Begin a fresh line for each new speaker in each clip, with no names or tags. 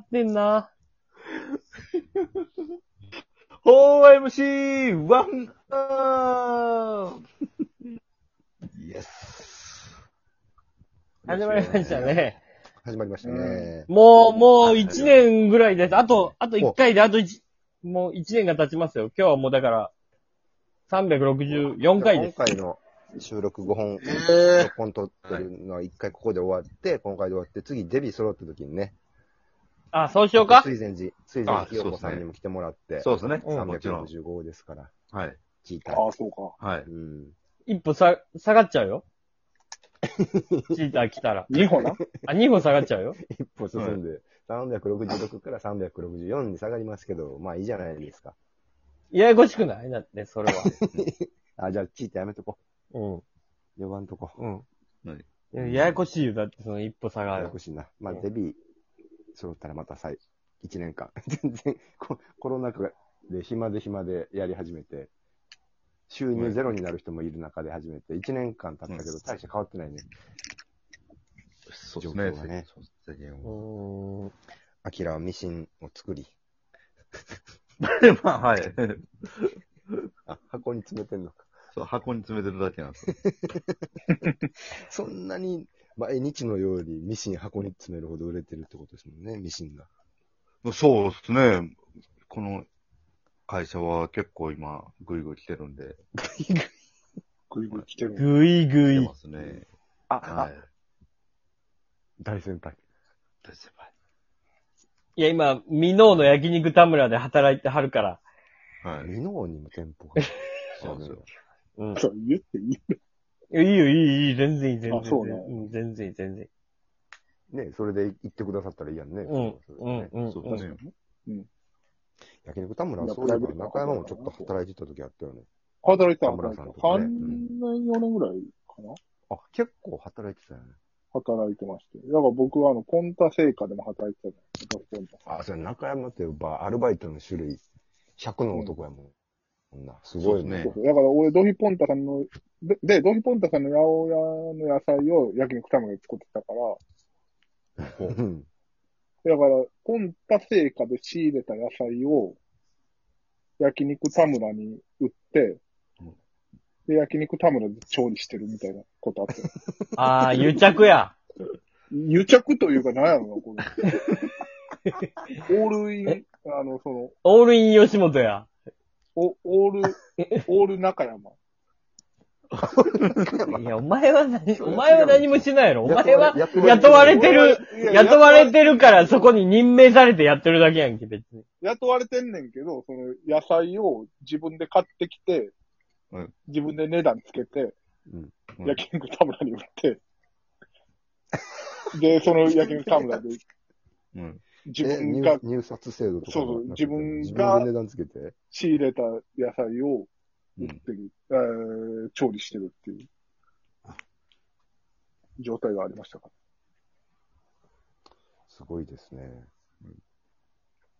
ってんな。
4MC ワンアーイエス
始まりました。ね。
始まりましたね。
もう、もう1年ぐらいです。あと、あと1回で、あと1、もう1年が経ちますよ。今日はもうだから、364回です。
今回の収録5本、
え
コントっていうのは1回ここで終わって、今回で終わって、次デビュー揃った時にね、
あ、そうしようか。
水前寺、水前寺清子さんにも来てもらって、
そうですね。
うん
もちろん。
365ですから、
はい。
聞いた。
ああ、そうか。
はい。
うん。
一歩さ、下がっちゃうよ。チーター来 たら。
2本な。
あ、2歩下がっちゃうよ。
一歩進んで、366から364に下がりますけど、まあいいじゃないですか。
ややこしくないだって、それは。
あ、じゃあ、聞いてやめとこ
う
う。呼ばんとこ。
ん。
何
うん。ややこしいよ。だって、その一歩下が
やや
る
こ。しいな。まあ、
うん
デビュー揃ったらまた再、1年間。 全然コ、コロナ禍で暇で暇でやり始めて、収入ゼロになる人もいる中で始めて、1年間経ったけ
う
ど
ん、
大して変わってないね。
そう
状
で
況
す
が
ね
ね。
そう世間
う
は
ーん。
アキラはミシンを作り、
で、 まあ、はい。
あ、箱に詰めてんのか。
そう、箱に詰めてるだけな んですよ。
そんなに、毎日のようにミシン箱に詰めるほど売れてるってことですもんね、ミシンが。
そうですね。この会社は結構今、ぐいぐい来てるんで。
ぐいぐい来てる。
ぐいぐ
来て
い
ま。すね。
あ、
は
あ
い。
大先輩。
大先
いや、今、ミノーの焼肉田村で働いてはるから。
輩。はい。
ミノーにも店舗が。
そうですよ。
うん。
そう、言っていい
いやいいよ、いい、いい、全然いい、全然。
あそうね
ん全然いい、全然いい。
ね、それで行ってくださったらいいやん
う
ね。
ん、
それ
う
は
ん
ね、
うん。
そうですね。
焼肉田村はそういえば中山もちょっと働いてた時あったよね。
働いてた
田村さんとか
3
ね
年、4年ぐらいかな
あ、結構働いてたよね。
働いてまして。だから僕は、あの、コンタ製菓でも働いてたじゃないですか
あ、それ中山ってばアルバイトの種類、100の男やもん。こんな、すごいね
そ
そう。そうだから俺、ドヒポンタさんの、で、でドヒポンタさんの八百屋の野菜を焼肉玉で作ってたから、
うん
だから、コンタ製菓で仕入れた野菜を、焼肉田村に売って
うん、
で、焼肉田村で調理してるみたいなことあったよ
ああ、癒着や。
癒着というか、なんやろ な、これ。オールイン、あの、その、
オールイン吉本や。
おオール、オール中山。
いや、お前は何、お前は何もしないやろ。お前は
雇われ
雇われてる、
いや
雇われてるからそこに任命されてやってるだけやんけ、別に。
雇われてんねんけど、その、野菜を自分で買ってきて、
うん
自分で値段つけて、
うん
うん
焼肉田村に売って、で、その焼肉田村で
うん。
自
え
分が
入入札制度とか
そうそう
なんか
自分が
自分で値段つけて。
仕入れた野菜を売ってる、えー調理してるっていう状態がありましたから。
すごいですね。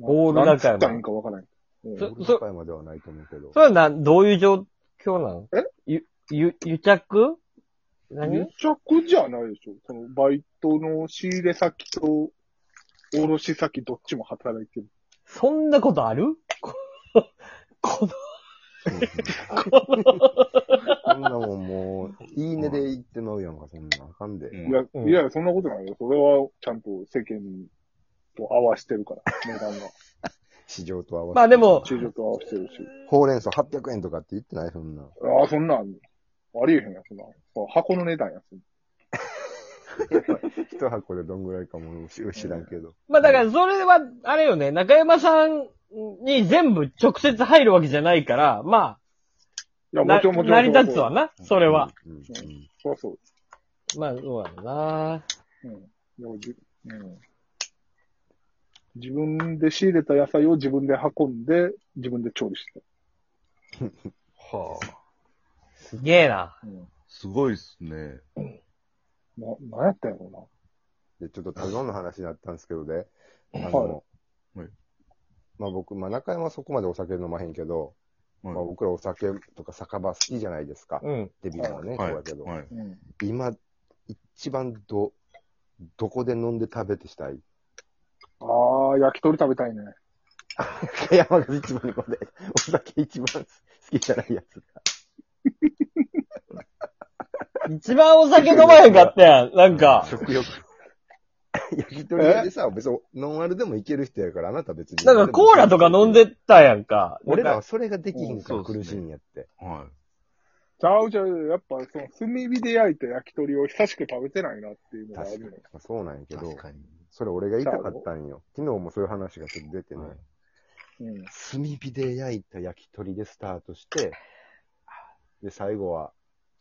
オール中山
なんつったらいいんかわからない。うん
そ
俺の会まではないと思うけど
そ。れはな、どういう状況なの
え
ゆ、ゆ、癒着何
癒着じゃないでしょ。そのバイトの仕入れ先と卸先どっちも働いてる。
そんなことあるこの、この、
そうそうそんなもんもう、いいねで言ってまうやんか、そんなんあかんで。
うん
いや、
うん
いや、そんなことないよ。それはちゃんと世間と合わしてるから、値 段が。
市場と合わせて。
まあでも
中場と合わしてるし。
ほうれん草800円とかって言ってないそんなん。
ああ、そんなん、ありえへんや、そんなん。そう箱の値段や、そんなん
一箱でどんぐらいかも知らんけど。
まあだからそれは、あれよね、中山さんに全部直接入るわけじゃないから、ま
い
あ、
や、も
な
ちろんもちろん。
成り立つわな、それは。
うん。うんうん
そうそう。
まあ、そうだな。
うん。でもじうん、自分で仕入れた野菜を自分で運んで、自分で調理して
はあ。
すげえな。
た。うん。
すごいっすね。
な、なんやったんやろうな。
で、ちょっと食べ物の話になったんですけどね。あ
は
の、
はい
まあ僕、まあ中山はそこまでお酒飲まへんけど、
は
まあ僕らお酒とか酒場好きじゃないですか。
うん。
デビューもね、
い。は
そうだけど、
い。はい。
うん。
今、一番ど、どこで飲んで食べてしたい
ああ、焼き鳥食べたいね。
山口一番にこれ、お酒一番好きじゃないやつ。
一番お酒飲まへんかったやん。なんか、
食欲。
焼き鳥屋でさ、別にノンアルでもいける人やから、あなた別に。
なんかコーラとか飲んでたやんか。
俺らはそれができひんから
うんそうっす
苦しい
ね
んやって。
は
ちゃうちゃう、やっぱその炭火で焼いた焼き鳥を久しく食べてないなっていうのがあ
確
る
か
の
に。そうなんや
い。
けど
確、かに。
それ俺が言いたかったんよ。昨日もそういう話がちょっと出てね、
はい
うん。
炭火で焼いた焼き鳥でスタート して、で、最後は、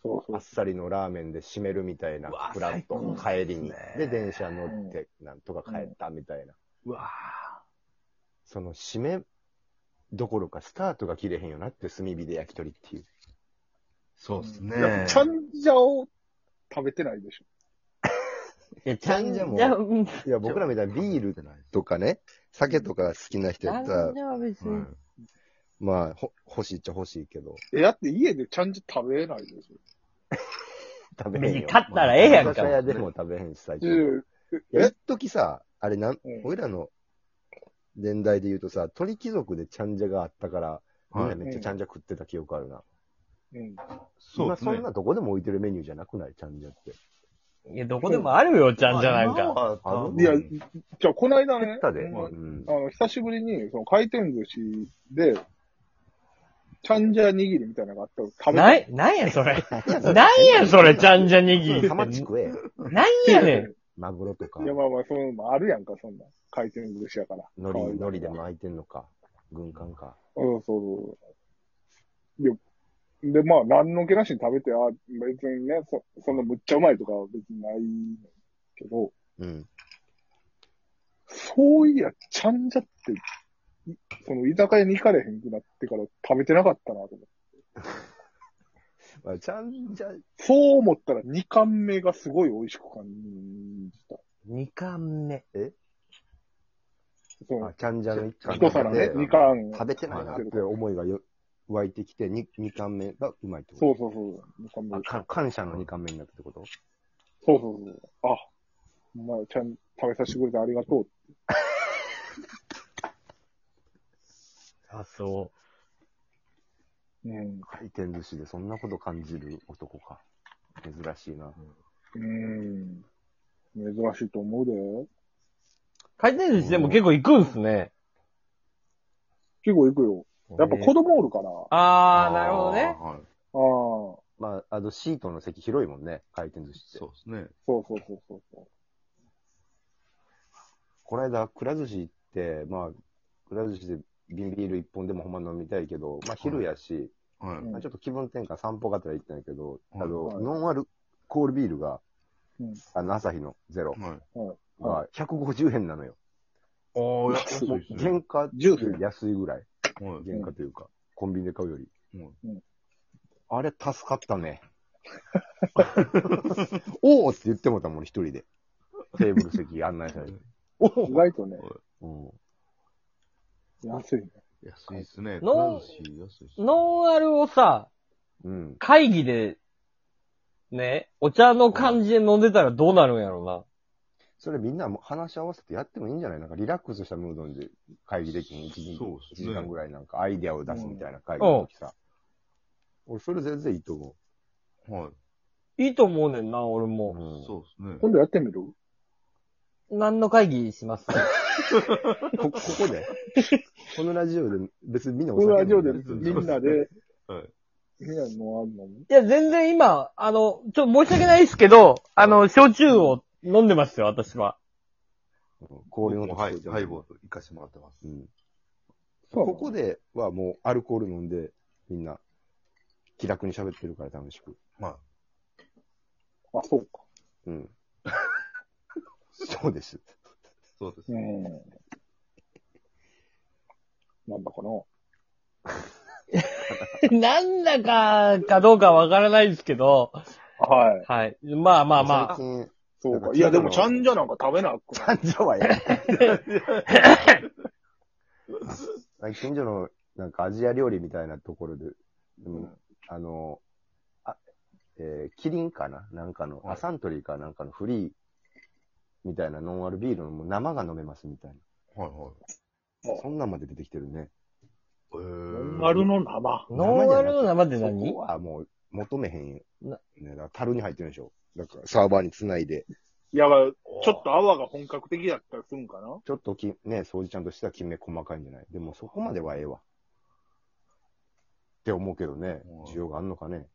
そうそ
あ
う
っ。さりのラーメンで締めるみたいな
うわ、
フラット
最高、
帰りに
ですね。
で、電車乗って、なんとか帰ったみたいな。
うわ
その締めどころかスタートが切れへんよなって、炭火で焼き鳥っていう。
そうです
や
ね
っぱ。ちゃんじゃを食べてないでしょ。
いや、ち
ゃんじゃも
ちゃん
いや、僕らみたいにビール
じゃない
とかね、酒とかが好きな人
ち
や
ゃ
っ
ん
たら
じ、ゃは別に。
うんまあ、ほ欲しいっちゃ欲しいけど、
え、だって家でちゃんじゃ食べないでし
食べへん
別に
よ。
勝ったらええやん
居
か
酒。屋でも食べへんし、最
ょ。
近。い
え
や一時さ、あれなん
うん、
俺らの年代で言うとさ、鳥貴族でちゃんじゃがあったから、みん
は。
ないめっちゃちゃんじゃ食ってた記憶あるな。
うん。
そう
今
です
そ
ね
ん。などこでも置いてるメニューじゃなくないちゃんじゃって。
いや、どこでもあるよ、ちゃんじゃなんか。
あ今は
あ
いや、
う
じ
ん
ゃあこの間
食
ね
っ、たで。
ほんま
うん
あ。の、久しぶりに、その回転寿司で、ちゃんじゃ握りみたいなのがあったの食べ
な
た
い、なんやそれ。なんやそれ、ちゃんじゃ握りって。
ハマチ食え。
なんやねん。
マグロとか
い、や、まあまあ、そういうのもあるやんか、そんな。回転寿司やから。
海
可愛い
苔、海苔で巻いてんのか、軍艦か。
うん、そうそう。で、で、まあ、何の気なしに食べて、あ、別にね、そ、そんなむっちゃうまいとかは別にないけど、
うん。
そういや、ちゃんじゃって、いその、居酒屋に行かれへんくなってから食べてなかったなと思って。
まあちゃんじゃ、
そう思ったら2貫目がすごい美味しく感じた。
二巻目。
そ
あ
う。
ちゃんじゃの一貫
一皿ね、
食べ
2
て
貫。
食べてないなって思いがよ湧いてきて、2, 二貫目がうまいってこと
そうそうそう。二貫目
あか感謝の2貫目になったってこと
そうそうそう。あ、お前、ちゃん、食べさせてくれてありがとう。
あ、そ
うん。
回転寿司でそんなこと感じる男か。珍しいな。
うん。珍しいと思うで。
う。回転寿司でも結構行くんすね。
結構行くよ。やっぱ子供おるから。あ
あー、なるほどね。
はい。
あー、そ
まあ、あの、シートの席広いもんね、回転寿司って。
そうですね。
うそうそうそうそ
この間、くら寿司行って、まあ、くら寿司で瓶ビール1本でもほんま飲みたいけど、まあ、昼やし、
はい。
うん
まあちょっと気分転換散歩がてら行ったんやけど、
うん
あの、
はい
ノンアルコールビールが、
うん
あの、朝日のゼロ
はい。
が150円なのよ。
ああ、や安いですね。
原価
ジュ
よ
ース
り安いぐらい。
はい
原価というか、コンビニで買うより。
う。うん
あれ、助かったね。おおって言ってもうたもん、一人で。テーブル席案内されて。お
う。意
お
外とね、
うん。
安いね。
安いですね。
ノン
くら寿司安いっすね
ノンアルをさ、
うん。
会議で、ね、お茶の感じで飲んでたらどうなるんやろうな。
それみんなも話し合わせてやってもいいんじゃないなんかリラックスしたムードで会議できん1時
そうっすね
時間ぐらいなんかアイデアを出すみたいな会議の時さ。俺、それ全然いいと思
はい。
いいと思うねんな、俺
う。
も。
うん
そうですね。
今度やってみる
何の会議します
こ、ここでこのラジオで別にみんなお
このラジオで
飲んる
みんなで、
はい。
みんなで飲んだの
いや、全然今、あの、ちょ、申し訳ないですけど、あの、焼酎を飲んでますよ、私は。
うん氷の
もうハイハイボール行かしてもらってます。
うん。
そう
ここではもうアルコール飲んで、みんな気楽に喋ってるから楽しく。
は
あ、そうか。
うん。そうです。
い。そうです
う。ん。なんだかな。
なんだか、かどうかわからないですけど、
はい。
はい。まあまあまあ
最。近、
そう
なん
か。
か
いや、でも、ちゃんじゃなんか食べなくない。
男女はやる。最近近所のなんかアジア料理みたいなところで、でも
うん
あの、あ、えーキリンかななんかの、
はい
アサントリーかなんかのフリーみたいなノンアルビールのもう生が飲めますみたいな。
はいはい。
そんなんまで出てきてるね。
え
ノ
ー
ンアルの生。
ノンアルの生って
そ
何
こはもう求めへんよ。ね
な、
だから樽に入ってるんでしょ。だからサーバーにつないで、
いや、ちょっと泡が本格的だったりするんかな
ちょっとき、ね、掃除ちゃんとしたらきめ細かいんじゃないでもそこまではええわ。って思うけどね
うん、
需要があんのかね。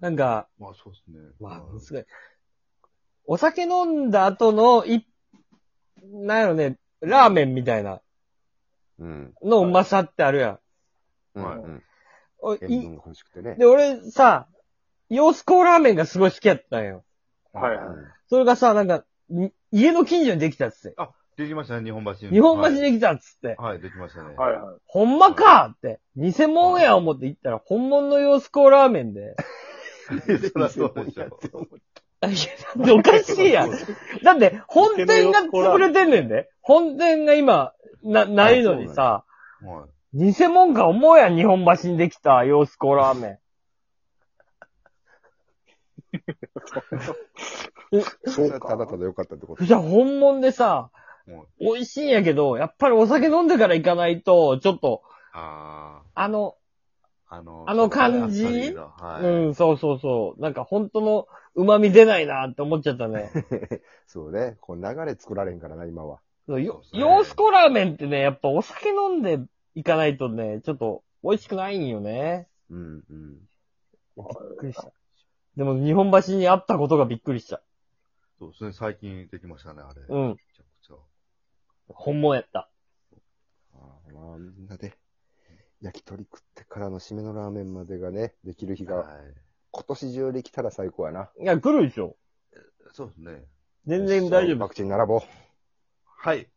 なんか、
まあそうですね。
まあ、
うん
すごい。お酒飲んだ後の、い、なんやろね、ラーメンみたいな、
うん。
のうまさってあるやん。
うん
はい
うん。
おい
塩分が欲しくてね。
で、俺さ、洋子コーラーメンがすごい好きやったんよ。
はいはい
うん
それがさ、なんか、に家の近所にできたっつって。
できましたね、日本橋。
日本橋できたっつって。
はい、はい、できましたね。
はいはい。
ほんまかって。偽物や思って行ったら、本物の洋子コーラーメンで。
い。 そりゃそうでしょ。
いやだっておかしいや ん。だって、本店が潰れてんねんで。本店が今、な、ないのにさ、
はい。
偽物か思うやん、日本橋にできた洋子コーラーメ
そうか。ただただ良かったってこと
ン。。じゃ、本物でさ
うん、
美味しいんやけど、やっぱりお酒飲んでから行かないと、ちょっと、
あ
あの、
あ、あの、
あの感じ
あったりがはい。
うん、そうそうそう。なんか本当の旨味出ないなって思っちゃった ね。
そうね。こう流れ作られんからな、今は。
そう
そう
よ
ですね
洋子コラーメンってね、やっぱお酒飲んでいかないとね、ちょっと美味しくないんよね。
うんうん。
びっくりした。でも日本橋にあったことがびっくりした。
そうですね、最近できましたね、あれ。
う
め
ん。
ちゃくちゃ。
本物やった。
ああまあ、みんなで、焼き鳥食ってからの締めのラーメンまでがね、できる日が、
はい。
今年中できたら最高やな。
いや、来るでしょ。
そうですね。
全然大丈夫。
ワクチン並ぼう。
はい。